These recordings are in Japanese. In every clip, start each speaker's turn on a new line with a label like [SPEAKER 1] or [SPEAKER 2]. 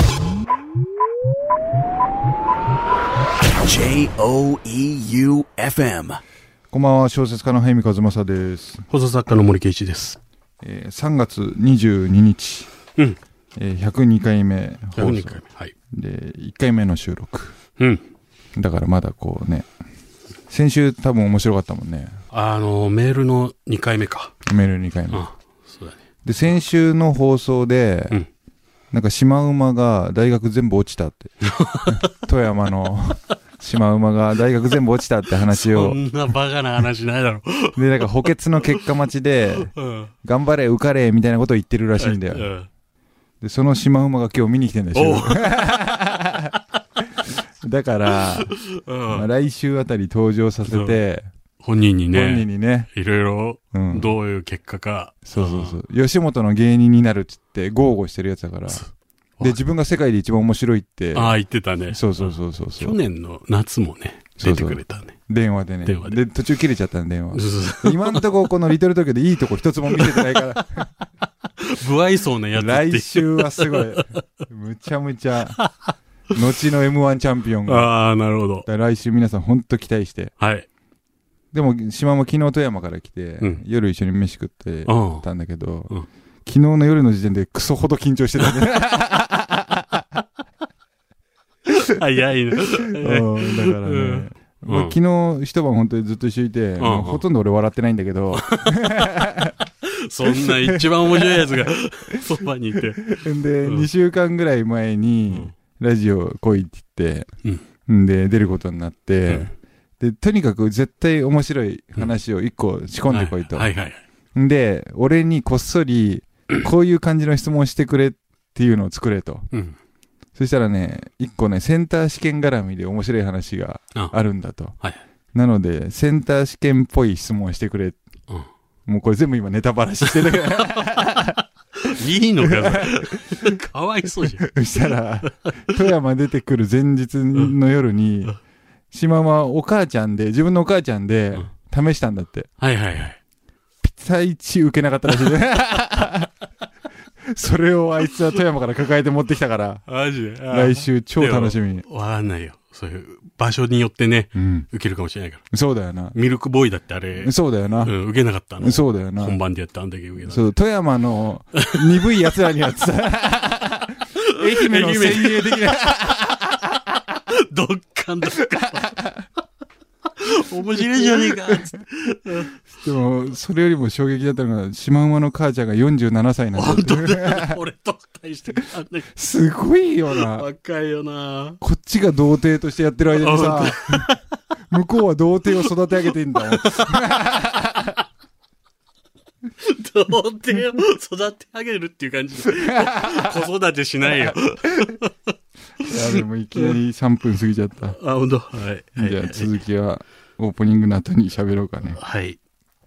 [SPEAKER 1] E
[SPEAKER 2] J-O-E-U-F-M
[SPEAKER 3] こんばんは、小説家の早見和正です。
[SPEAKER 4] 放送作家の森圭一です。
[SPEAKER 3] えー、3月22日、
[SPEAKER 4] うん。
[SPEAKER 3] えー、102回目放送
[SPEAKER 4] 102回目。はい。
[SPEAKER 3] で、1回目の収録。
[SPEAKER 4] うん。
[SPEAKER 3] だからまだこうね、先週多分面白かったもんね。
[SPEAKER 4] あの、メールの2回目か。
[SPEAKER 3] メール2回目。
[SPEAKER 4] うん。そうだね。
[SPEAKER 3] で、先週の放送で、
[SPEAKER 4] うん
[SPEAKER 3] なんかシマウマが大学全部落ちた って。富山のシマウマが大学全部落ちたって話
[SPEAKER 4] そ
[SPEAKER 3] を。
[SPEAKER 4] んなバカな話ないだろ。
[SPEAKER 3] で、なんか補欠の結果待ちで、
[SPEAKER 4] うん。
[SPEAKER 3] 頑張れ、受かれ、みたいなことを言ってるらしいんだよ。
[SPEAKER 4] よ。
[SPEAKER 3] で、そのシマウマが今日見に来てんだ
[SPEAKER 4] お
[SPEAKER 3] よ、 だから、
[SPEAKER 4] う
[SPEAKER 3] まあ
[SPEAKER 4] ん。
[SPEAKER 3] 来週あたり登場させて、
[SPEAKER 4] 本人に
[SPEAKER 3] 本人
[SPEAKER 4] ね、
[SPEAKER 3] にね、
[SPEAKER 4] いろいろ、
[SPEAKER 3] うん。
[SPEAKER 4] どういう結果か。
[SPEAKER 3] そうそうそう。吉本の芸人になるっつって、豪語してるやつだから。で、自分が世界で一番面白いって、
[SPEAKER 4] ああ、言ってたね。
[SPEAKER 3] そうそうそうそうそ
[SPEAKER 4] 去
[SPEAKER 3] う。
[SPEAKER 4] 年の夏もね、
[SPEAKER 3] そ
[SPEAKER 4] 出
[SPEAKER 3] う
[SPEAKER 4] て
[SPEAKER 3] そう
[SPEAKER 4] くれたね。
[SPEAKER 3] 電話でね。
[SPEAKER 4] 電話で
[SPEAKER 3] 途中切れちゃったん電話。
[SPEAKER 4] そうそうそ
[SPEAKER 3] 今んとここのリトル東京でいいとこ一つも見せてないから、
[SPEAKER 4] う不愛想なやつって
[SPEAKER 3] 来。週はすごい。むちゃむちゃ、後の M1 チャンピオンが。
[SPEAKER 4] ああ、なるほど。
[SPEAKER 3] だから来週皆さんほんと期待して。
[SPEAKER 4] はい。
[SPEAKER 3] でも、島も昨日富山から来て、
[SPEAKER 4] うん
[SPEAKER 3] 夜一緒に飯食って
[SPEAKER 4] うん。
[SPEAKER 3] たんだけど、
[SPEAKER 4] うん
[SPEAKER 3] 昨日の夜の時点でクソほど緊張して たね。
[SPEAKER 4] 早いね。
[SPEAKER 3] うんだから
[SPEAKER 4] うん
[SPEAKER 3] ね。まあ
[SPEAKER 4] うん
[SPEAKER 3] 昨日一晩本当にずっと一緒にいて、まあほとんど俺笑ってないんだけど、
[SPEAKER 4] そんな一番面白い やつが、そばにいて。
[SPEAKER 3] で、
[SPEAKER 4] うん
[SPEAKER 3] 2週間ぐらい前に、ラジオ来いって言って、ん、で、出ることになって、で、とにかく絶対面白い話を一個仕込んでこいと。
[SPEAKER 4] はいはいはい。
[SPEAKER 3] んで、俺にこっそり、こういう感じの質問してくれっていうのを作れと。
[SPEAKER 4] うん。
[SPEAKER 3] そしたらね、一個ね、センター試験絡みで面白い話が
[SPEAKER 4] あ
[SPEAKER 3] あるんだと。
[SPEAKER 4] はい
[SPEAKER 3] なので、センター試験っぽい質問してくれ。
[SPEAKER 4] うん
[SPEAKER 3] もうこれ全部今ネタバラシしてる。
[SPEAKER 4] いいのかよ それかわいそうじゃん。
[SPEAKER 3] そ した ら、富山出てくる前日の夜に、島はお母ちゃんで、自分のお母ちゃんで
[SPEAKER 4] うん、
[SPEAKER 3] 試したんだって。
[SPEAKER 4] はいはいはい。
[SPEAKER 3] ピタイチ受けなかったらしいね。 それをあいつは富山から抱えて持ってきたから、
[SPEAKER 4] マジで。
[SPEAKER 3] 来週超楽しみに。
[SPEAKER 4] わかんないよ。そういう場所によってね、
[SPEAKER 3] うん。
[SPEAKER 4] 受けるかもしれないから。
[SPEAKER 3] そうだよな。
[SPEAKER 4] ミルクボーイだってあれ、
[SPEAKER 3] そうだよな
[SPEAKER 4] う。ん、受けなかったの。
[SPEAKER 3] そうだよな。
[SPEAKER 4] 本番でやったあんだ け受けなか
[SPEAKER 3] そう、富山 の鈍い奴らには伝わ 愛媛の先鋭的な。
[SPEAKER 4] った。どっかんどっかん。面白いじゃねえか。つって
[SPEAKER 3] でも、それよりも衝撃だったのが、シマウマの母ちゃんが47歳なん
[SPEAKER 4] 本
[SPEAKER 3] だ
[SPEAKER 4] 当
[SPEAKER 3] って。
[SPEAKER 4] だよ。俺と対してあんな
[SPEAKER 3] すごいよな。
[SPEAKER 4] 若いよな。
[SPEAKER 3] こっちが童貞としてやってる間にさ、 向こうは童貞を育て上げて んだもん。
[SPEAKER 4] 童貞を育て上げるっていう感じで。子育てしないよ。
[SPEAKER 3] いや、でもいきなり3分過ぎちゃった。
[SPEAKER 4] あ、本当。はい。
[SPEAKER 3] じゃあ続きは、オープニングの後に喋ろうかね。
[SPEAKER 4] はい。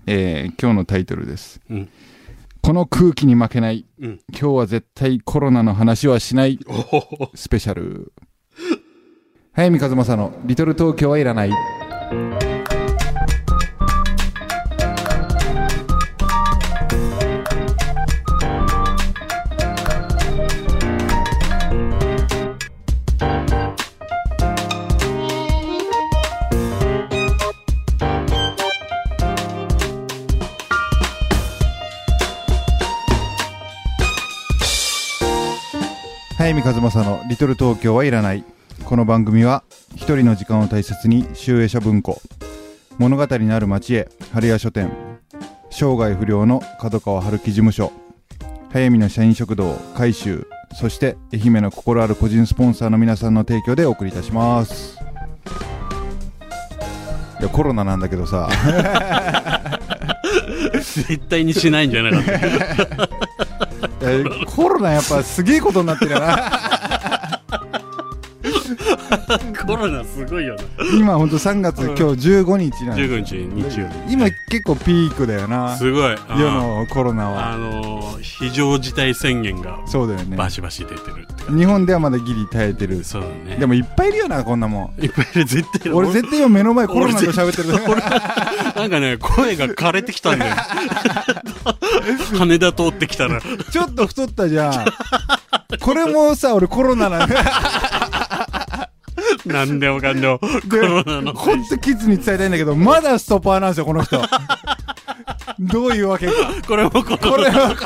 [SPEAKER 3] えー今日のタイトルです。
[SPEAKER 4] うん
[SPEAKER 3] この空気に負けない。
[SPEAKER 4] うん
[SPEAKER 3] 今日は絶対コロナの話はしない。
[SPEAKER 4] おお。
[SPEAKER 3] スペシャ ル。早見和正の「リトル東京はいらない」早見和正の「リトル東京はいらない」この番組は一人の時間を大切に集英社文庫物語のある町へ春屋書店生涯不良の角川春樹事務所早見の社員食堂改修そして愛媛の心ある個人スポンサーの皆さんの提供でお送りいたしますいやコロナなんだけどさ
[SPEAKER 4] 絶対にしないんじゃなかった。
[SPEAKER 3] えコロナやっぱすげえことになってるよな
[SPEAKER 4] コロナすごいよな。
[SPEAKER 3] 今ほんと3月今日15日なんで
[SPEAKER 4] 15日日曜日。
[SPEAKER 3] 今結構ピークだよな
[SPEAKER 4] すごい。あ
[SPEAKER 3] 世のコロナは
[SPEAKER 4] あのー、非常事態宣言が
[SPEAKER 3] そうだよね
[SPEAKER 4] バシバシ出てるって感
[SPEAKER 3] 日本ではまだギリ耐えてる
[SPEAKER 4] じ。そうだね。
[SPEAKER 3] でもいっぱいいるよなこんなもん
[SPEAKER 4] いっぱいいる、絶対いる
[SPEAKER 3] 俺絶対今目の前コロナと喋ってる
[SPEAKER 4] なんかね、声が枯れてきた んだよ。羽田通ってきたら、
[SPEAKER 3] ちょっと太ったじゃんこれもさ俺コロナなんだ
[SPEAKER 4] なんでもかんでも、コロナの。
[SPEAKER 3] ほんとキッズに伝えたいんだけど、まだストッパーなんですよ、この人。どういうわけか。
[SPEAKER 4] これもコ
[SPEAKER 3] こ
[SPEAKER 4] ロ
[SPEAKER 3] れ
[SPEAKER 4] ナ。
[SPEAKER 3] は、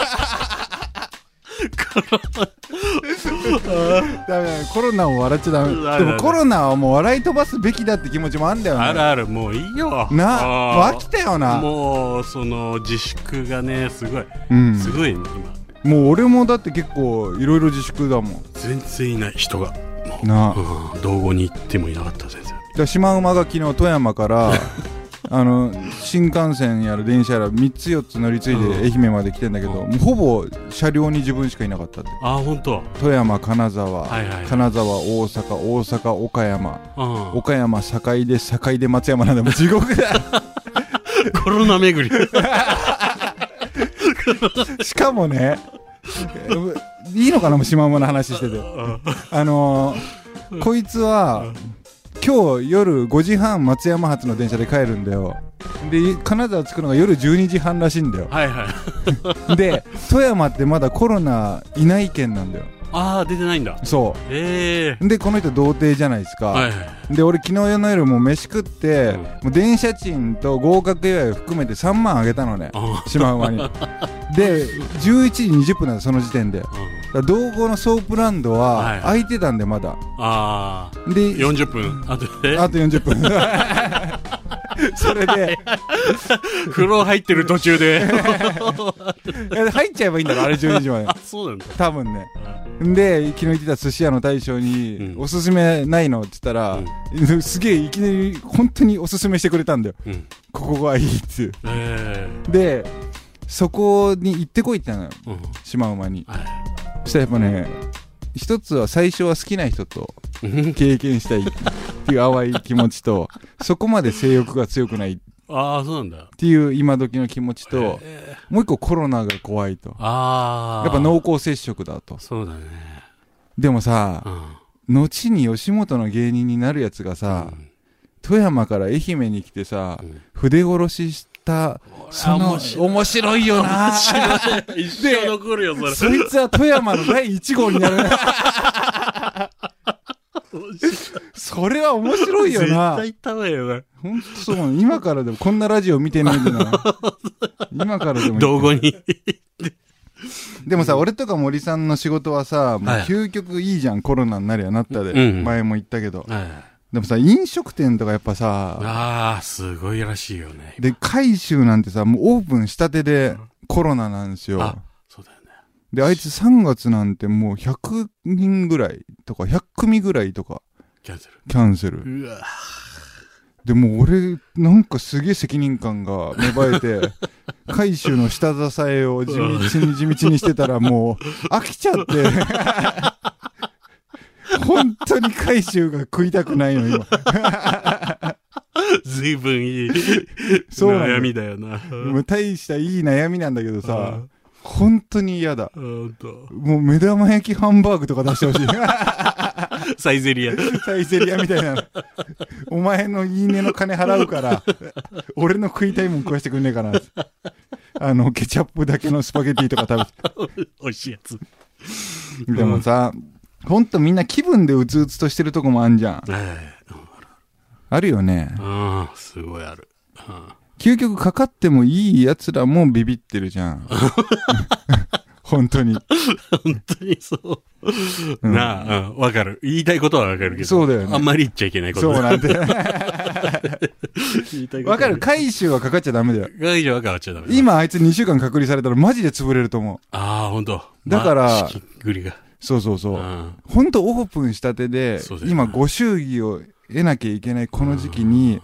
[SPEAKER 3] ダメだコロナを笑っちゃダメ。
[SPEAKER 4] あ
[SPEAKER 3] で
[SPEAKER 4] る
[SPEAKER 3] もコロナはもう笑い飛ばすべきだって気持ちもあんだよね。
[SPEAKER 4] あるある、もういいよ。
[SPEAKER 3] な、
[SPEAKER 4] あ
[SPEAKER 3] もう
[SPEAKER 4] ー
[SPEAKER 3] 飽きたよな。
[SPEAKER 4] もう、その、自粛がね、すごい。
[SPEAKER 3] うん。
[SPEAKER 4] すごいね、
[SPEAKER 3] もう俺もだって結構いろいろ自粛だもん。
[SPEAKER 4] 今。全然いない人が。もう
[SPEAKER 3] なあ
[SPEAKER 4] うん道後に行ってもいなかった、全然。
[SPEAKER 3] だからシマウマが昨日富山から あの新幹線やら電車やら3つ4つ乗り継いで
[SPEAKER 4] うん
[SPEAKER 3] 愛媛まで来てんだけど、もうほぼ車両に自分しかいなかったって
[SPEAKER 4] あー、ほんと。
[SPEAKER 3] 富山金沢、
[SPEAKER 4] はいはい
[SPEAKER 3] 金沢大阪大阪岡山
[SPEAKER 4] うん
[SPEAKER 3] 岡山堺で堺で松山なんでもう地獄だ
[SPEAKER 4] コロナ巡り。
[SPEAKER 3] しかもねいいのかなもうシマウマの話してて
[SPEAKER 4] うん
[SPEAKER 3] あのー、こいつは今日夜5時半松山発の電車で帰るんだよで金沢着くのが夜12時半らしいんだよ
[SPEAKER 4] はいはい。
[SPEAKER 3] で富山ってまだコロナいない県なんだよ
[SPEAKER 4] ああ、出てないんだ。
[SPEAKER 3] そ
[SPEAKER 4] ええ
[SPEAKER 3] うでこの人童貞じゃないですか、
[SPEAKER 4] はいはい。
[SPEAKER 3] で俺昨日の夜もう飯食って、
[SPEAKER 4] うん
[SPEAKER 3] もう電車賃と合格祝いを含めて3万あげたのね
[SPEAKER 4] あ
[SPEAKER 3] シマウマにで11時20分なんだその時点でだか
[SPEAKER 4] ーうん
[SPEAKER 3] ら道後のソープランド
[SPEAKER 4] は
[SPEAKER 3] はい空いてたんでまだ、
[SPEAKER 4] あ
[SPEAKER 3] で
[SPEAKER 4] ー、40分。あとで、
[SPEAKER 3] あと40分 それで
[SPEAKER 4] 風呂入ってる途中で。
[SPEAKER 3] え入っちゃえばいいんだろあれ12時ま で
[SPEAKER 4] あ、そうなんだ。
[SPEAKER 3] 多分ねで昨日行ってた寿司屋の大将に、
[SPEAKER 4] うん
[SPEAKER 3] おすすめないの?」って言ったら、すげえいきなり本当におすすめしてくれたんだよ
[SPEAKER 4] うん。
[SPEAKER 3] 「ここがいい」って
[SPEAKER 4] え
[SPEAKER 3] でそこに行ってこいって言ったのよ
[SPEAKER 4] えうん。
[SPEAKER 3] シマウマに
[SPEAKER 4] は
[SPEAKER 3] そしたらやっぱね一つは最初は好きな人と
[SPEAKER 4] い。
[SPEAKER 3] 経験したいっていう淡い気持ちとそこまで性欲が強くないっ
[SPEAKER 4] ああ、そうなんだ。
[SPEAKER 3] ていう今時の気持ちと
[SPEAKER 4] ええ
[SPEAKER 3] もう一個コロナが怖いと
[SPEAKER 4] ああ。
[SPEAKER 3] やっぱ。濃厚接触だと
[SPEAKER 4] そうだね。
[SPEAKER 3] でもさ
[SPEAKER 4] うん。
[SPEAKER 3] 後に吉本の芸人になるやつがさ、富山から愛媛に来てさ、
[SPEAKER 4] ん
[SPEAKER 3] 筆殺ししたその
[SPEAKER 4] 面白い
[SPEAKER 3] 面白いよな
[SPEAKER 4] 一生残るよ、それ。
[SPEAKER 3] そいつは富山の第1号になるねそれは面白いよ
[SPEAKER 4] 絶
[SPEAKER 3] な
[SPEAKER 4] 対行ったわよ
[SPEAKER 3] 本当そうなの今からでもこんなラジオ見てないんだな今からでも
[SPEAKER 4] な。道後に。
[SPEAKER 3] でもさ、俺とか森さんの仕事はさもう
[SPEAKER 4] はい
[SPEAKER 3] 究極いいじゃん、コロナになりゃなったで、
[SPEAKER 4] うん
[SPEAKER 3] 前も言ったけど
[SPEAKER 4] あ
[SPEAKER 3] でもさ飲食店とかやっぱさ
[SPEAKER 4] あー、すごいらしいよね。
[SPEAKER 3] で、海州なんてさ、もうオープンしたてでコロナなんですよ
[SPEAKER 4] あ。、そうだよね。
[SPEAKER 3] で、あいつ3月なんてもう100人ぐらいとか、100組ぐらいとか、
[SPEAKER 4] キャンセ ル。
[SPEAKER 3] キャンセル。
[SPEAKER 4] うわ
[SPEAKER 3] で、もう俺、なんかすげえ責任感が芽生え て、海州の下支えを地道に地道にしてたらもう飽きちゃ って。本当に海州が食いたくないの今。
[SPEAKER 4] ずいぶんいい
[SPEAKER 3] そうなんだ
[SPEAKER 4] 悩みだよな。
[SPEAKER 3] もう大したいい悩みなんだけど
[SPEAKER 4] う
[SPEAKER 3] さ
[SPEAKER 4] ん、
[SPEAKER 3] 本当に嫌だ。
[SPEAKER 4] うんと。
[SPEAKER 3] もう目玉焼きハンバーグとか出してほしい。
[SPEAKER 4] サイゼリア。
[SPEAKER 3] サイゼリアみたいなの。お前のいいねの金払うから、俺の食いたいもん食わしてくんねえかな。あの、ケチャップだけのスパゲティとか食
[SPEAKER 4] 美味しいやつ。
[SPEAKER 3] べて。でもさ、ほんとみんな気分でうつうつとしてるとこもあんじゃん。
[SPEAKER 4] ええ
[SPEAKER 3] あるよね。
[SPEAKER 4] ああ、すごいある。
[SPEAKER 3] 究極かかってもいい奴らもビビってるじ ゃん。本当に。
[SPEAKER 4] 本当にそう。なあ、うんわかる。言いたいことはわかるけど。
[SPEAKER 3] そうだよね
[SPEAKER 4] あんまり言っちゃいけないこと
[SPEAKER 3] そう
[SPEAKER 4] だ。
[SPEAKER 3] なんで。
[SPEAKER 4] 言いたいこと
[SPEAKER 3] わかる回収はかかっちゃダメだよ。
[SPEAKER 4] 外上は変わっちゃダメだ。
[SPEAKER 3] 今あいつ2週間隔離されたらマジで潰れると思う。
[SPEAKER 4] ああ、本当。
[SPEAKER 3] だから
[SPEAKER 4] まあ資金繰りが。
[SPEAKER 3] そうそうそうう。
[SPEAKER 4] ん。
[SPEAKER 3] 本当オープンしたてで
[SPEAKER 4] そうだ、よね
[SPEAKER 3] 今ご祝儀を得なきゃいけないこの時期に、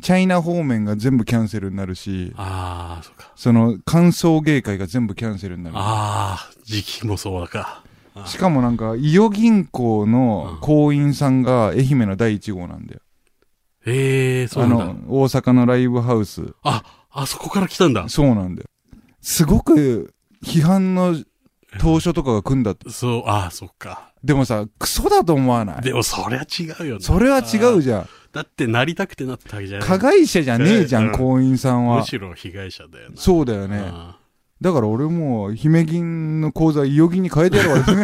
[SPEAKER 3] チャイナ方面が全部キャンセルになるし、
[SPEAKER 4] ああ、そうか。
[SPEAKER 3] その歓送迎会が全部キャンセルになる。
[SPEAKER 4] ああ、時期もそうだか。
[SPEAKER 3] しかもなんか、伊予銀行の行員さんが愛媛の第1号なんだよ。
[SPEAKER 4] ええそう
[SPEAKER 3] あ
[SPEAKER 4] なん
[SPEAKER 3] の
[SPEAKER 4] だ。、
[SPEAKER 3] 大阪のライブハウス。
[SPEAKER 4] あ、あそこから来たんだ。
[SPEAKER 3] そうなんだよ。すごく批判の当初とかが組んだって。
[SPEAKER 4] そう、ああ、そっか。
[SPEAKER 3] でもさ、クソだと思わない
[SPEAKER 4] でも、そりゃ違うよね。
[SPEAKER 3] それは違うじゃん。
[SPEAKER 4] だって、なりたくてなったわけじゃない。
[SPEAKER 3] 加害者じゃねえじゃ、
[SPEAKER 4] うんん
[SPEAKER 3] 行員さん
[SPEAKER 4] む
[SPEAKER 3] は。
[SPEAKER 4] しろ被害者だよな。
[SPEAKER 3] そうだよね。
[SPEAKER 4] あ
[SPEAKER 3] だから俺もう、姫銀の口座、伊予銀 に変えてやろう。ね、今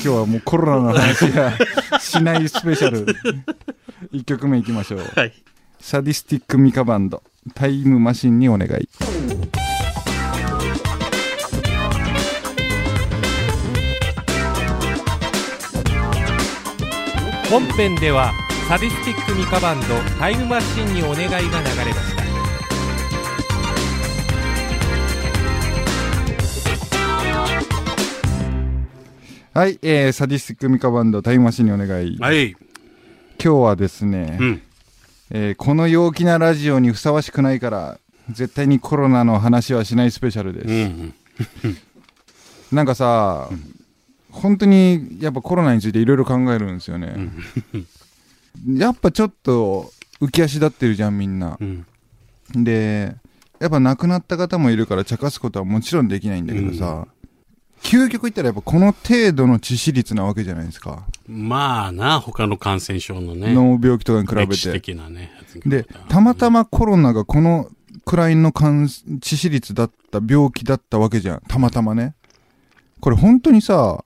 [SPEAKER 3] 日はもうコロナの話がしないスペシャル。1曲目いきましょう。
[SPEAKER 4] はい。
[SPEAKER 3] サディスティックミカバンド、タイムマシンにお願い。
[SPEAKER 2] 本編ではサディスティックミカバンド「タイムマシンにお願い」が流れました
[SPEAKER 3] はい、えー、サディスティックミカバンド、タイムマシンにお願い。
[SPEAKER 4] はい。
[SPEAKER 3] 今日はですね、
[SPEAKER 4] うん。
[SPEAKER 3] えーこの陽気なラジオにふさわしくないから、絶対にコロナの話はしないスペシャルです。
[SPEAKER 4] うん。
[SPEAKER 3] なんかさ、本当にやっぱコロナについていろいろ考えるんですよね。やっぱちょっと浮き足立ってるじゃん、みんな
[SPEAKER 4] う。ん。
[SPEAKER 3] で、やっぱ亡くなった方もいるから、茶化すことはもちろんできないんだけどさ、究極言ったらやっぱこの程度の致死率なわけじゃないですか。
[SPEAKER 4] まあな、他の感染症のね。
[SPEAKER 3] 脳病気とかに比
[SPEAKER 4] 歴史
[SPEAKER 3] べて。
[SPEAKER 4] 的なね。
[SPEAKER 3] で、たまた
[SPEAKER 4] ま。
[SPEAKER 3] まコロナがこのくらいの感致死率だった病気だったわけじゃん。たまたまね。これ本当にさ、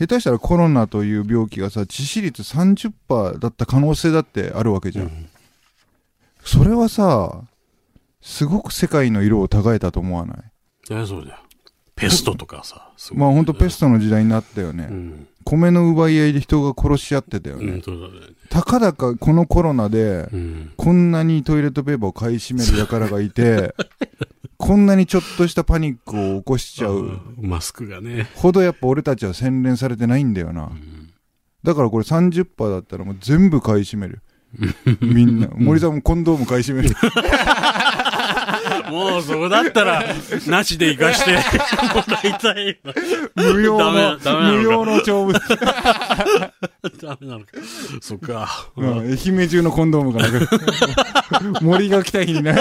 [SPEAKER 3] 下手したらコロナという病気がさ、致死率30%だった可能性だってあるわけじゃん。
[SPEAKER 4] うん
[SPEAKER 3] それはさ、すごく世界の色を違えたと思わない
[SPEAKER 4] いや、そうだよ。ペストとかさ。
[SPEAKER 3] まあ本当ペス
[SPEAKER 4] ト。
[SPEAKER 3] トの時代になったよね。
[SPEAKER 4] うん。
[SPEAKER 3] 米の奪い合いで人が殺し合ってたよね。
[SPEAKER 4] うん、そうだよね。
[SPEAKER 3] たかだかこのコロナで、
[SPEAKER 4] うん。
[SPEAKER 3] こんなにトイレットペーパーを買い占める輩がいて、 こんなにちょっとしたパニックを起こしちゃう
[SPEAKER 4] うんマスクがね。
[SPEAKER 3] ほどやっぱ俺たちは洗練されてないんだよな。だからこれ30%だったらもう全部買い占め る。みんな。森さんもコンドーム買い占める。
[SPEAKER 4] もうそこだったら、なしで生かしてもらいたいわ。
[SPEAKER 3] 無料
[SPEAKER 4] ダメ
[SPEAKER 3] の
[SPEAKER 4] だダメなの、か
[SPEAKER 3] 無料の長物。
[SPEAKER 4] ダメなのか。そっか。
[SPEAKER 3] うん愛媛中のコンドームがなく 森が来た日にね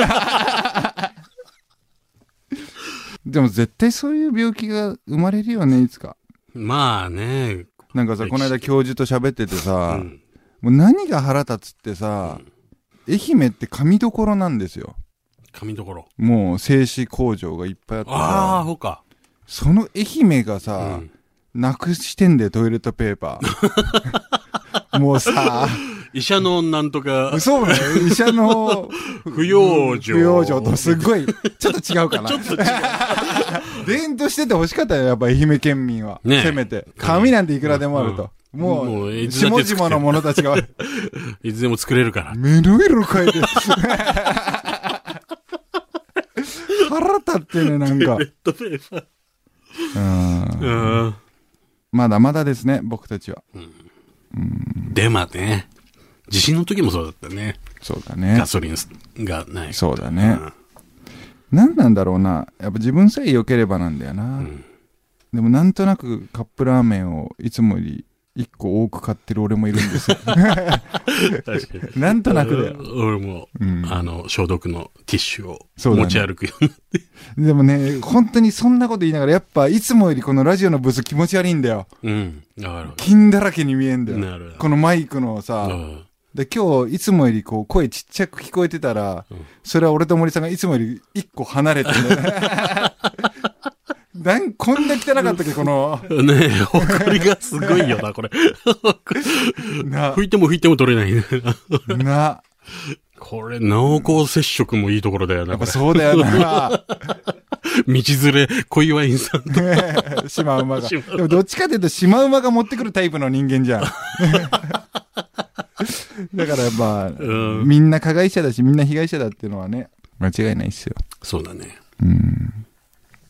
[SPEAKER 3] でも絶対そういう病気が生まれるよねいつか
[SPEAKER 4] まあね。
[SPEAKER 3] なんかさ
[SPEAKER 4] 歴史
[SPEAKER 3] この間教授と喋ってて
[SPEAKER 4] う
[SPEAKER 3] さ、
[SPEAKER 4] ん。
[SPEAKER 3] もう何が腹立つってさ、愛媛って紙どころなんですよ
[SPEAKER 4] 紙どころ。
[SPEAKER 3] もう製紙工場がいっぱいあって
[SPEAKER 4] ああ、
[SPEAKER 3] さ
[SPEAKER 4] ほうか。
[SPEAKER 3] その愛媛が
[SPEAKER 4] う
[SPEAKER 3] さ、
[SPEAKER 4] ん。
[SPEAKER 3] なくしてんだよトイレットペーパ ーもうさ
[SPEAKER 4] 医者のなんとか、
[SPEAKER 3] そうね。医者の
[SPEAKER 4] 不養生
[SPEAKER 3] 不養生とすっごい、ちょっと違う かな。ちょっと違う。 伝統してて欲しかったよ、やっぱ愛媛県民は。
[SPEAKER 4] ねえ
[SPEAKER 3] せめて。紙なんていくらでもあると。も
[SPEAKER 4] もう
[SPEAKER 3] う、
[SPEAKER 4] いつ
[SPEAKER 3] 下
[SPEAKER 4] だって作って
[SPEAKER 3] 々の者たちが、
[SPEAKER 4] いつでも作れるから。
[SPEAKER 3] 目の色変えて。 腹立ってね、なんか。うん
[SPEAKER 4] うん。
[SPEAKER 3] まだまだですね、僕たちは。
[SPEAKER 4] デマね。地震の時もそうだったね。
[SPEAKER 3] そうだね
[SPEAKER 4] ガ。ソリンがない。
[SPEAKER 3] そうだね。何なんだろうなやっぱ自分さえ良ければなんだよな、でもなんとなくカップラーメンをいつもより1個多く買ってる俺もいるんですよ
[SPEAKER 4] うん。確か に。
[SPEAKER 3] なんとなくだよ
[SPEAKER 4] 俺も、
[SPEAKER 3] うん
[SPEAKER 4] あの、消毒のティッシュを
[SPEAKER 3] そうだね
[SPEAKER 4] 持ち歩くようになって。
[SPEAKER 3] でもね本当にそんなこと言いながらやっぱいつもよりこのラジオのブース気持ち悪いんだよ
[SPEAKER 4] うん。だか
[SPEAKER 3] 金だらけに見えんだよ
[SPEAKER 4] なるほど
[SPEAKER 3] このマイクの
[SPEAKER 4] ら、う
[SPEAKER 3] さ、
[SPEAKER 4] ん。
[SPEAKER 3] で今日いつもよりこう声ちっちゃく聞こえてたら、それは俺と森さんがいつもより1個離れてる なんこんな汚かったっけこの
[SPEAKER 4] ねえ、ほこりがすごいよな、これ。
[SPEAKER 3] な
[SPEAKER 4] 拭いても拭いても取れないね。
[SPEAKER 3] な
[SPEAKER 4] これ、濃厚接触もいいところだよ
[SPEAKER 3] や
[SPEAKER 4] な、
[SPEAKER 3] っ
[SPEAKER 4] こ
[SPEAKER 3] ぱ
[SPEAKER 4] れ。
[SPEAKER 3] そうだよな。
[SPEAKER 4] 道連れ、小岩院さんと。
[SPEAKER 3] シマウマが。
[SPEAKER 4] シマウマ
[SPEAKER 3] でもどっちかというと、シマウマが持ってくるタイプの人間 じゃん。だからまあ、
[SPEAKER 4] うん
[SPEAKER 3] みんな加害者だし、みんな被害者だっていうのはね、間違いないっすよ。
[SPEAKER 4] そうだね。
[SPEAKER 3] うん。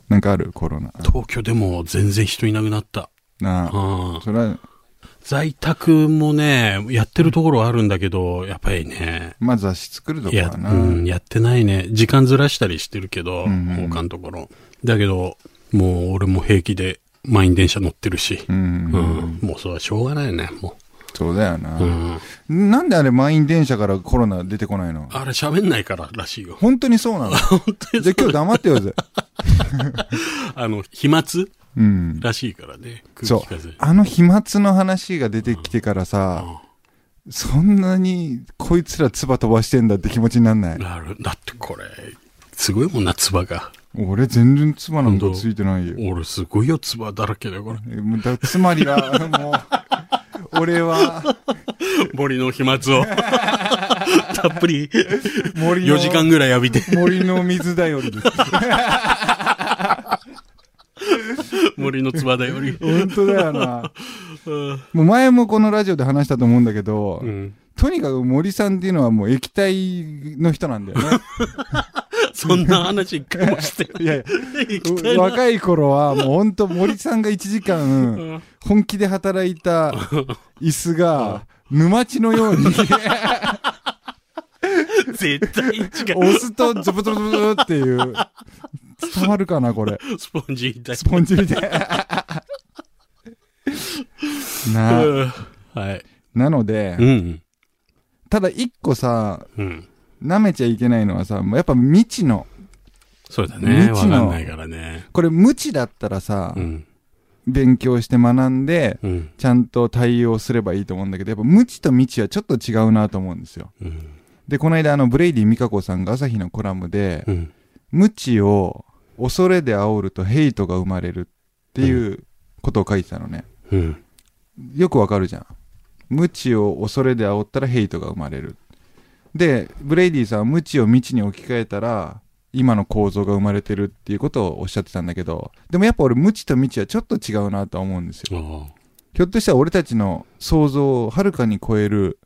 [SPEAKER 3] なんかあるコロナ。
[SPEAKER 4] 東京でも全然人いなくなった。
[SPEAKER 3] なあ。
[SPEAKER 4] うん。
[SPEAKER 3] それは、
[SPEAKER 4] 在宅もね、やってるところあるんだけど、やっぱりね、
[SPEAKER 3] まあ雑誌作るとこ
[SPEAKER 4] や、
[SPEAKER 3] かな。
[SPEAKER 4] うん、やってないね。時間ずらしたりしてるけど、
[SPEAKER 3] うんうん
[SPEAKER 4] 他のところ。だけど、もう俺も平気で満員電車乗ってるし
[SPEAKER 3] う、ん。
[SPEAKER 4] うん、もうそれはしょうがないよね、も
[SPEAKER 3] そうだよ
[SPEAKER 4] う。う
[SPEAKER 3] な。
[SPEAKER 4] ん。
[SPEAKER 3] なんであれ満員電車からコロナ出てこないの
[SPEAKER 4] あれ喋んないかららしいよ。
[SPEAKER 3] 本当にそうなのじゃあ今日黙ってよぜ。
[SPEAKER 4] あの、飛沫
[SPEAKER 3] うん。
[SPEAKER 4] らしいからね。空
[SPEAKER 3] そう
[SPEAKER 4] 気風。。
[SPEAKER 3] あの飛沫の話が出てきてからさ、そんなにこいつら唾飛ばしてんだって気持ちになんない。
[SPEAKER 4] なる。だってこれ、すごいもんな、唾が。
[SPEAKER 3] 俺全然妻なんかついてないよ。
[SPEAKER 4] 俺すごいよ、唾だらけだよ、これ。
[SPEAKER 3] えもうだつまりは、もう、俺は、
[SPEAKER 4] 森の飛沫を。 たっぷり、
[SPEAKER 3] 森の、
[SPEAKER 4] 4時間ぐらい浴びて、
[SPEAKER 3] 森の水だよりです。
[SPEAKER 4] 森の唾だより。
[SPEAKER 3] 本当だよな。
[SPEAKER 4] うん
[SPEAKER 3] もう前もこのラジオで話したと思うんだけど、
[SPEAKER 4] うん。
[SPEAKER 3] とにかく森さんっていうのはもう液体の人なんだ よね。
[SPEAKER 4] そんな話一回もしてない
[SPEAKER 3] いやいや、
[SPEAKER 4] 行きたい な。
[SPEAKER 3] 若い頃はもう本当森さんが1時間
[SPEAKER 4] うん
[SPEAKER 3] 本気で働い た椅子が沼地のように
[SPEAKER 4] 絶対違う。
[SPEAKER 3] 押すとズブズブズブっていう。伝わるかなこれ。
[SPEAKER 4] スポンジみたい
[SPEAKER 3] スポンジみ たい。
[SPEAKER 4] な。
[SPEAKER 3] な、
[SPEAKER 4] うんはい。
[SPEAKER 3] なので
[SPEAKER 4] う、ん。
[SPEAKER 3] ただ一個さ、
[SPEAKER 4] うん。
[SPEAKER 3] 舐めちゃいけないのはさ、もうやっぱ未知の、
[SPEAKER 4] そうだ
[SPEAKER 3] 未
[SPEAKER 4] ね。わか
[SPEAKER 3] 知
[SPEAKER 4] ん
[SPEAKER 3] の
[SPEAKER 4] ないからね。
[SPEAKER 3] これ無知だったらさ
[SPEAKER 4] う、ん。
[SPEAKER 3] 勉強して学んで、
[SPEAKER 4] うん。
[SPEAKER 3] ちゃんと対応すればいいと思うんだけど、やっぱ無知と未知はちょっと違うなと思うんですよ。
[SPEAKER 4] うん。
[SPEAKER 3] で、この間あの、ブレイディ・ミカコさんが朝日のコラムで、
[SPEAKER 4] うん。
[SPEAKER 3] 無知を恐れで煽るとヘイトが生まれるっていうことを書いてたのね。
[SPEAKER 4] うん。
[SPEAKER 3] よくわかるじゃん。無知を恐れで煽ったらヘイトが生まれる。で、ブレイディさんは無知を未知に置き換えたら、今の構造が生まれてるっていうことをおっしゃってたんだけど、でもやっぱ俺無知と未知はちょっと違うなとは思うんですよ。
[SPEAKER 4] ああ。
[SPEAKER 3] ひょっとしたら俺たちの想像をはるかに超える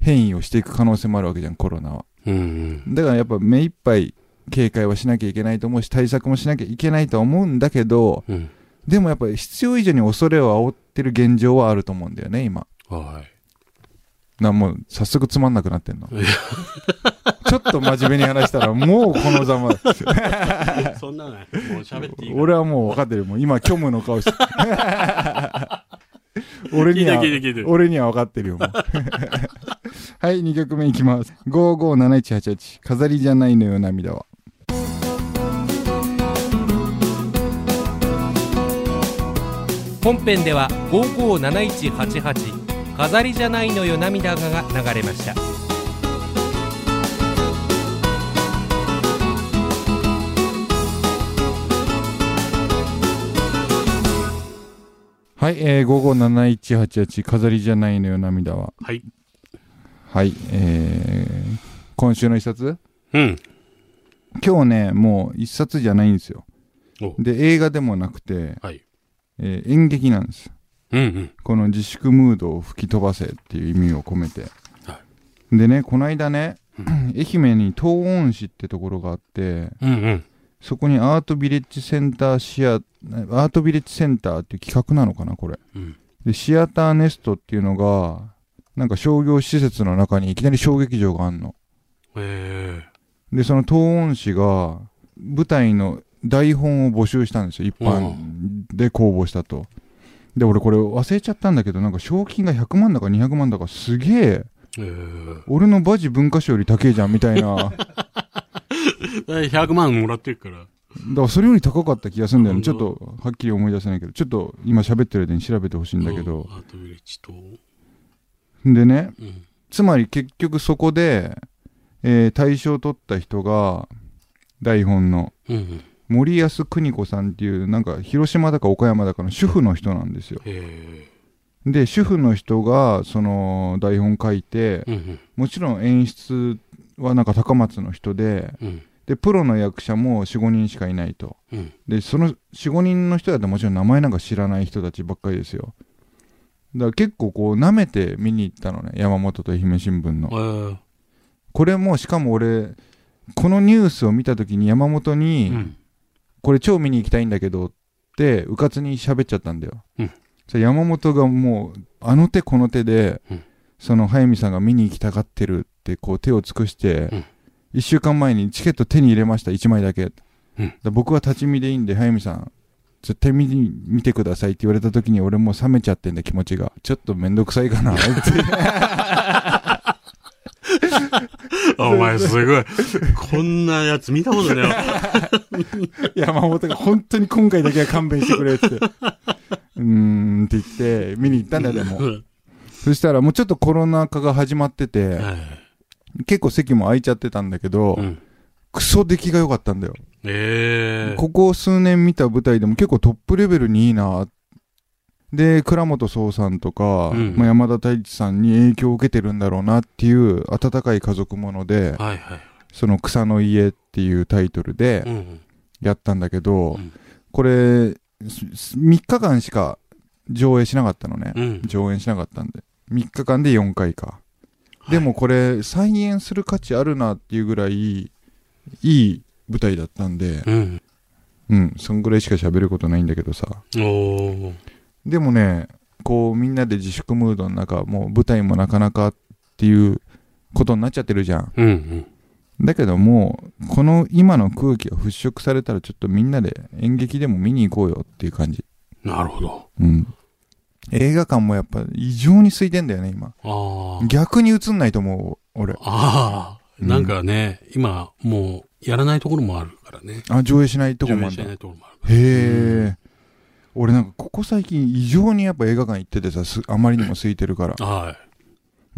[SPEAKER 3] 変異をしていく可能性もあるわけじゃん、コロナは。
[SPEAKER 4] うんうん。
[SPEAKER 3] だからやっぱ目いっぱい警戒はしなきゃいけないと思うし、対策もしなきゃいけないとは思うんだけど、
[SPEAKER 4] うん。
[SPEAKER 3] でもやっぱり必要以上に恐れを煽ってる現状はあると思うんだよね、今。
[SPEAKER 4] はい。
[SPEAKER 3] な、もう早速つまんなくなってんの。 ちょっと真面目に話したら、もうこの ざま。
[SPEAKER 4] そんなない。もう喋っていいから。
[SPEAKER 3] 俺はもう分かってる。もう今、虚無の 顔して。俺には
[SPEAKER 4] 聞いてる聞いてる聞いて、る
[SPEAKER 3] 俺には分かってるよ。もう はい、2曲目いきます。557188、飾りじゃないのよ、涙は。
[SPEAKER 2] 本編では557188飾りじゃないのよ涙がが流れました
[SPEAKER 3] はい、えー、557188、飾りじゃないのよ、涙は。
[SPEAKER 4] はい。
[SPEAKER 3] はい、えー、今週の一冊
[SPEAKER 4] うん。
[SPEAKER 3] 今日ね、もう一冊じゃないんですよ。
[SPEAKER 4] お
[SPEAKER 3] で、映画でもなくて、
[SPEAKER 4] はい。
[SPEAKER 3] えー演劇なんです。
[SPEAKER 4] うんうん。
[SPEAKER 3] この自粛ムードを吹き飛ばせっていう意味を込めて、
[SPEAKER 4] は
[SPEAKER 3] でねこの間ね愛媛に東温市ってところがあって
[SPEAKER 4] うんうん。
[SPEAKER 3] そこにアートビレッジセンターシアアートビレッジセンターっていう企画なのかなこれ
[SPEAKER 4] うん。
[SPEAKER 3] でシアターネストっていうのがなんか商業施設の中にいきなり小劇場があんの
[SPEAKER 4] え
[SPEAKER 3] でその東温市が舞台の台本を募集したんですよ一般で公募したとで俺これ忘れちゃったんだけどなんか賞金が100万だか200万だかすげえ
[SPEAKER 4] えー。
[SPEAKER 3] 俺のバジ文化賞より高えじゃんみたい な。だか
[SPEAKER 4] 100万もらってるから。
[SPEAKER 3] らそれより高かった気がするんだよね。ちょ
[SPEAKER 4] 本
[SPEAKER 3] っ
[SPEAKER 4] 当
[SPEAKER 3] とはっきり思い出せないけど、ちょっと今喋ってる間に調べてほしいんだけど
[SPEAKER 4] う。ん。アートビレッジと。う
[SPEAKER 3] でね、
[SPEAKER 4] ん。
[SPEAKER 3] つまり結局そこで、えー大賞を取った人が、台本の
[SPEAKER 4] うんうん。
[SPEAKER 3] 森安邦子さんっていう、なんか広島だか岡山だかの主婦の人なんですよ。
[SPEAKER 4] え
[SPEAKER 3] で、主婦の人がその台本書いて
[SPEAKER 4] え。、うん
[SPEAKER 3] もちろん演出はなんか高松の人で、
[SPEAKER 4] うん。うん。
[SPEAKER 3] で、プロの役者も4、5人しかいないと。
[SPEAKER 4] うん。
[SPEAKER 3] でその45人の人だともちろん名前なんか知らない人たちばっかりですよだから結構こう舐めて見に行ったのね山本と愛媛新聞
[SPEAKER 4] え
[SPEAKER 3] の
[SPEAKER 4] ー
[SPEAKER 3] これもしかも俺このニュースを見た時に山本
[SPEAKER 4] う
[SPEAKER 3] に、
[SPEAKER 4] ん。
[SPEAKER 3] これ超見に行きたいんだけどってうかつに喋っちゃったんだよ、
[SPEAKER 4] うん
[SPEAKER 3] そしたら山本がもうあの手この手で、
[SPEAKER 4] うん
[SPEAKER 3] その速水さんが見に行きたがってるってこう手を尽くして、
[SPEAKER 4] うん
[SPEAKER 3] 1週間前にチケット手に入れました1枚だけ、
[SPEAKER 4] うん
[SPEAKER 3] だから僕は立ち見でいいんで速水さん絶対見に見てくださいって言われた時に俺もう冷めちゃってんだ気持ちがちょっとめんどくさいか なって
[SPEAKER 4] お前すごい。こんなやつ見たことないわ。
[SPEAKER 3] 山本が本当に今回だけは勘弁してくれってうーんって言って見に行ったんだよでも
[SPEAKER 4] うん
[SPEAKER 3] そしたらもうちょっとコロナ禍が始まってて、
[SPEAKER 4] はい
[SPEAKER 3] 結構席も空いちゃってたんだけど、
[SPEAKER 4] うん。
[SPEAKER 3] クソ出来が良かったんだよ。
[SPEAKER 4] ええ
[SPEAKER 3] ここ数年見た舞台でも結構トップレベルにいいなで倉本壮さんとか、
[SPEAKER 4] うん
[SPEAKER 3] まあ、山田太一さんに影響を受けてるんだろうなっていう温かい家族もので
[SPEAKER 4] はいはい。
[SPEAKER 3] 「その草の家」っていうタイトルで
[SPEAKER 4] うん。
[SPEAKER 3] やったんだけど、
[SPEAKER 4] うん
[SPEAKER 3] これ3日間しか上映しなかったのね、
[SPEAKER 4] うん。
[SPEAKER 3] 上演しなかったんで3日間で4回か、でもこれ再演する価値あるなっていうぐらいいい舞台だったんで、
[SPEAKER 4] うん。
[SPEAKER 3] うん、そんぐらいしか喋ることないんだけどさ。
[SPEAKER 4] おお。
[SPEAKER 3] でもね、こうみんなで自粛ムードの中、もう舞台もなかなかっていうことになっちゃってるじゃん。
[SPEAKER 4] うんうん。
[SPEAKER 3] だけどもう、この今の空気が払拭されたらちょっとみんなで演劇でも見に行こうよっていう感じ。
[SPEAKER 4] なるほど。
[SPEAKER 3] うん。映画館もやっぱ異常に空いてんだよね、今。
[SPEAKER 4] ああ。
[SPEAKER 3] 逆に映んないと思う、俺。
[SPEAKER 4] ああ。
[SPEAKER 3] うん
[SPEAKER 4] なんかね、今、もう、やらないところもあるからね。
[SPEAKER 3] あ、上映しないとこもあ
[SPEAKER 4] 上映
[SPEAKER 3] ん
[SPEAKER 4] し
[SPEAKER 3] だ。
[SPEAKER 4] な
[SPEAKER 3] へ
[SPEAKER 4] いところもある。
[SPEAKER 3] え。俺なんかここ最近異常にやっぱ映画館行っててさ、すあまりにも空いてるから。
[SPEAKER 4] は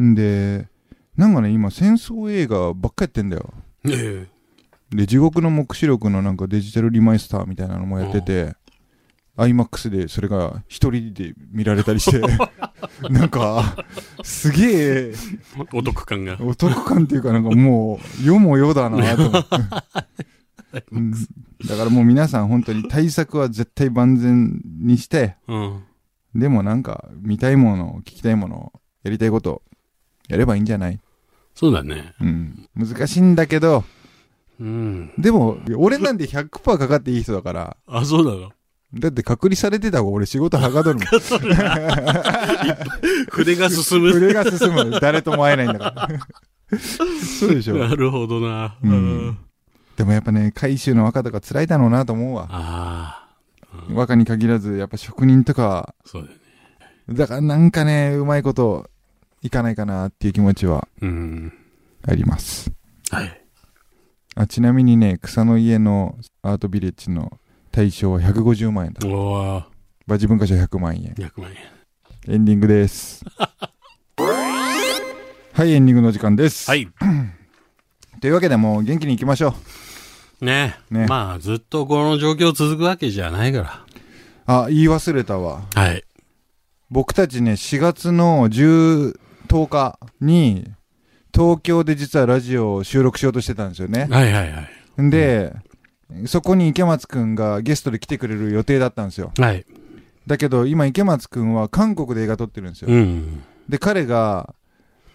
[SPEAKER 3] んで、なんかね、今戦争映画ばっかやってんだよ。
[SPEAKER 4] い。え
[SPEAKER 3] で、地獄の黙示録のなんかデジタルリマイスターみたいなのもやってて、IMAX でそれが一人で見られたり して、なんか、すげえ
[SPEAKER 4] えお得感が。
[SPEAKER 3] お得感っていうかなんかもう、世も世だなと思って。うんだからもう皆さん本当に対策は絶対万全にして、
[SPEAKER 4] うん。
[SPEAKER 3] でもなんか見たいもの、聞きたいもの、やりたいこと、やればいいんじゃない
[SPEAKER 4] そうだね。
[SPEAKER 3] うん、難しいんだけど、
[SPEAKER 4] うん。
[SPEAKER 3] でも、俺なんて100%かかっていい人だから、
[SPEAKER 4] あ、そうだろ。
[SPEAKER 3] だって隔離されてた方が俺仕事はかどるもん。
[SPEAKER 4] 筆が進む。
[SPEAKER 3] 売れが進む。誰とも会えないんだから。そうでしょ。
[SPEAKER 4] なるほどな。
[SPEAKER 3] う
[SPEAKER 4] うんん。
[SPEAKER 3] でもやっぱね、回収の若とか辛いだろうなと思うわ。
[SPEAKER 4] ああ。
[SPEAKER 3] 若に限らず、やっぱ職人とか、
[SPEAKER 4] そうだよね。
[SPEAKER 3] だからなんかね、うまいこといかないかなっていう気持ちは
[SPEAKER 4] うん。
[SPEAKER 3] あります。
[SPEAKER 4] はい。
[SPEAKER 3] あちなみにね、草の家のアートビレッジの対象は150万円だ。
[SPEAKER 4] おお
[SPEAKER 3] バジ文化賞100万円。
[SPEAKER 4] 100万円。
[SPEAKER 3] エンディング です。はい、エンディングの時間です。
[SPEAKER 4] はい。
[SPEAKER 3] というわけでもう元気に行きましょう。
[SPEAKER 4] ね
[SPEAKER 3] ね
[SPEAKER 4] まあ、ずっとこの状況続くわけじゃないか
[SPEAKER 3] あ、言い忘れたわ。
[SPEAKER 4] ら。はい。
[SPEAKER 3] 僕たちね、4月の10、10日に、東京で実はラジオを収録しようとしてたんですよね。
[SPEAKER 4] はいはいはい。
[SPEAKER 3] で、そこに池松くんがゲストで来てくれる予定だったんですよ。
[SPEAKER 4] はい。
[SPEAKER 3] だけど今池松くんは韓国で映画撮ってるんですよ。
[SPEAKER 4] うん。
[SPEAKER 3] で、彼が、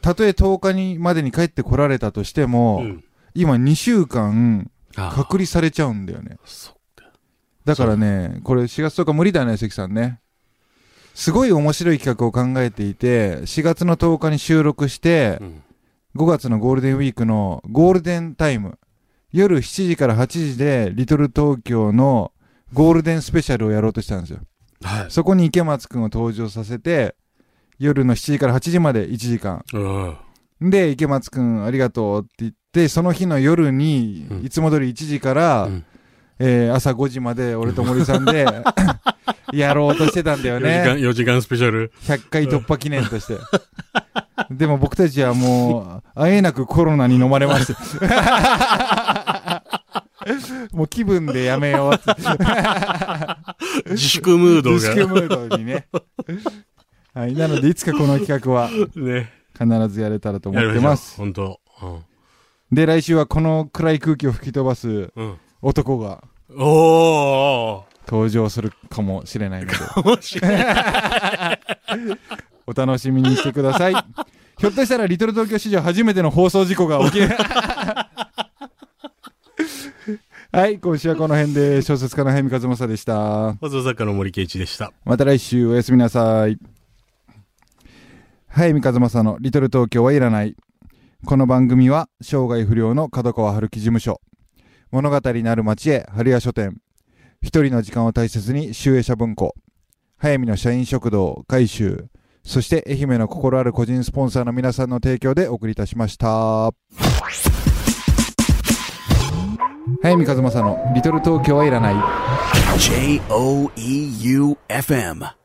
[SPEAKER 3] たとえ10日にまでに帰ってこられたとしても、
[SPEAKER 4] うん
[SPEAKER 3] 今2週間
[SPEAKER 4] あ
[SPEAKER 3] 隔離されちゃうんだよね。
[SPEAKER 4] そ
[SPEAKER 3] だからね、これ4月とか無理だね、関さんね。すごい面白い企画を考えていて、4月の10日に収録して
[SPEAKER 4] う。う、ん。
[SPEAKER 3] 5月のゴールデンウィークのゴールデンタイム、夜7時から8時で、リトル東京のゴールデンスペシャルをやろうとしたんですよ。
[SPEAKER 4] はい。
[SPEAKER 3] そこに池松くんを登場させて、夜の7時から8時まで1時間。
[SPEAKER 4] うん。
[SPEAKER 3] で、池松くんありがとうって言って、その日の夜に
[SPEAKER 4] う、ん
[SPEAKER 3] いつも通り1時から、
[SPEAKER 4] うん
[SPEAKER 3] えー朝5時まで俺と森さん で、やろうとしてたんだよ
[SPEAKER 4] 4時間、
[SPEAKER 3] ね。
[SPEAKER 4] 4時間スペシャル。
[SPEAKER 3] 100回突破記念として。でも僕たちはもう、あえなくコロナに飲まれま した。もう気分でやめようって。
[SPEAKER 4] 自粛ムード
[SPEAKER 3] 自粛
[SPEAKER 4] が。
[SPEAKER 3] ムードにね。はい。なので、いつかこの企画は
[SPEAKER 4] ね。
[SPEAKER 3] 必ずやれたらと思
[SPEAKER 4] やり
[SPEAKER 3] って
[SPEAKER 4] しょう
[SPEAKER 3] ます。
[SPEAKER 4] 本当。
[SPEAKER 3] で、来週はこの暗い空気を吹き飛ばす
[SPEAKER 4] うん。うん。
[SPEAKER 3] 男が
[SPEAKER 4] お
[SPEAKER 3] 登場するかもしれないので、
[SPEAKER 4] ー面白い。
[SPEAKER 3] お楽しみにしてください。ひょっとしたら、リトル東京史上初めての放送事故が起きる。はい、今週はこの辺で、小説家の早見和正でした。
[SPEAKER 4] 放送作家の森圭一でした。
[SPEAKER 3] また来週おやすみなさい。はい、三和正のリトル東京はいらない。この番組は生涯不良の角川春樹事務所。物語なる町へ春屋書店。一人の時間を大切に集英社文庫。早見の社員食堂、改修。そして愛媛の心ある個人スポンサーの皆さんの提供でお送りいたしました。早見和正のリトル東京はいらない。
[SPEAKER 1] J O E U F M.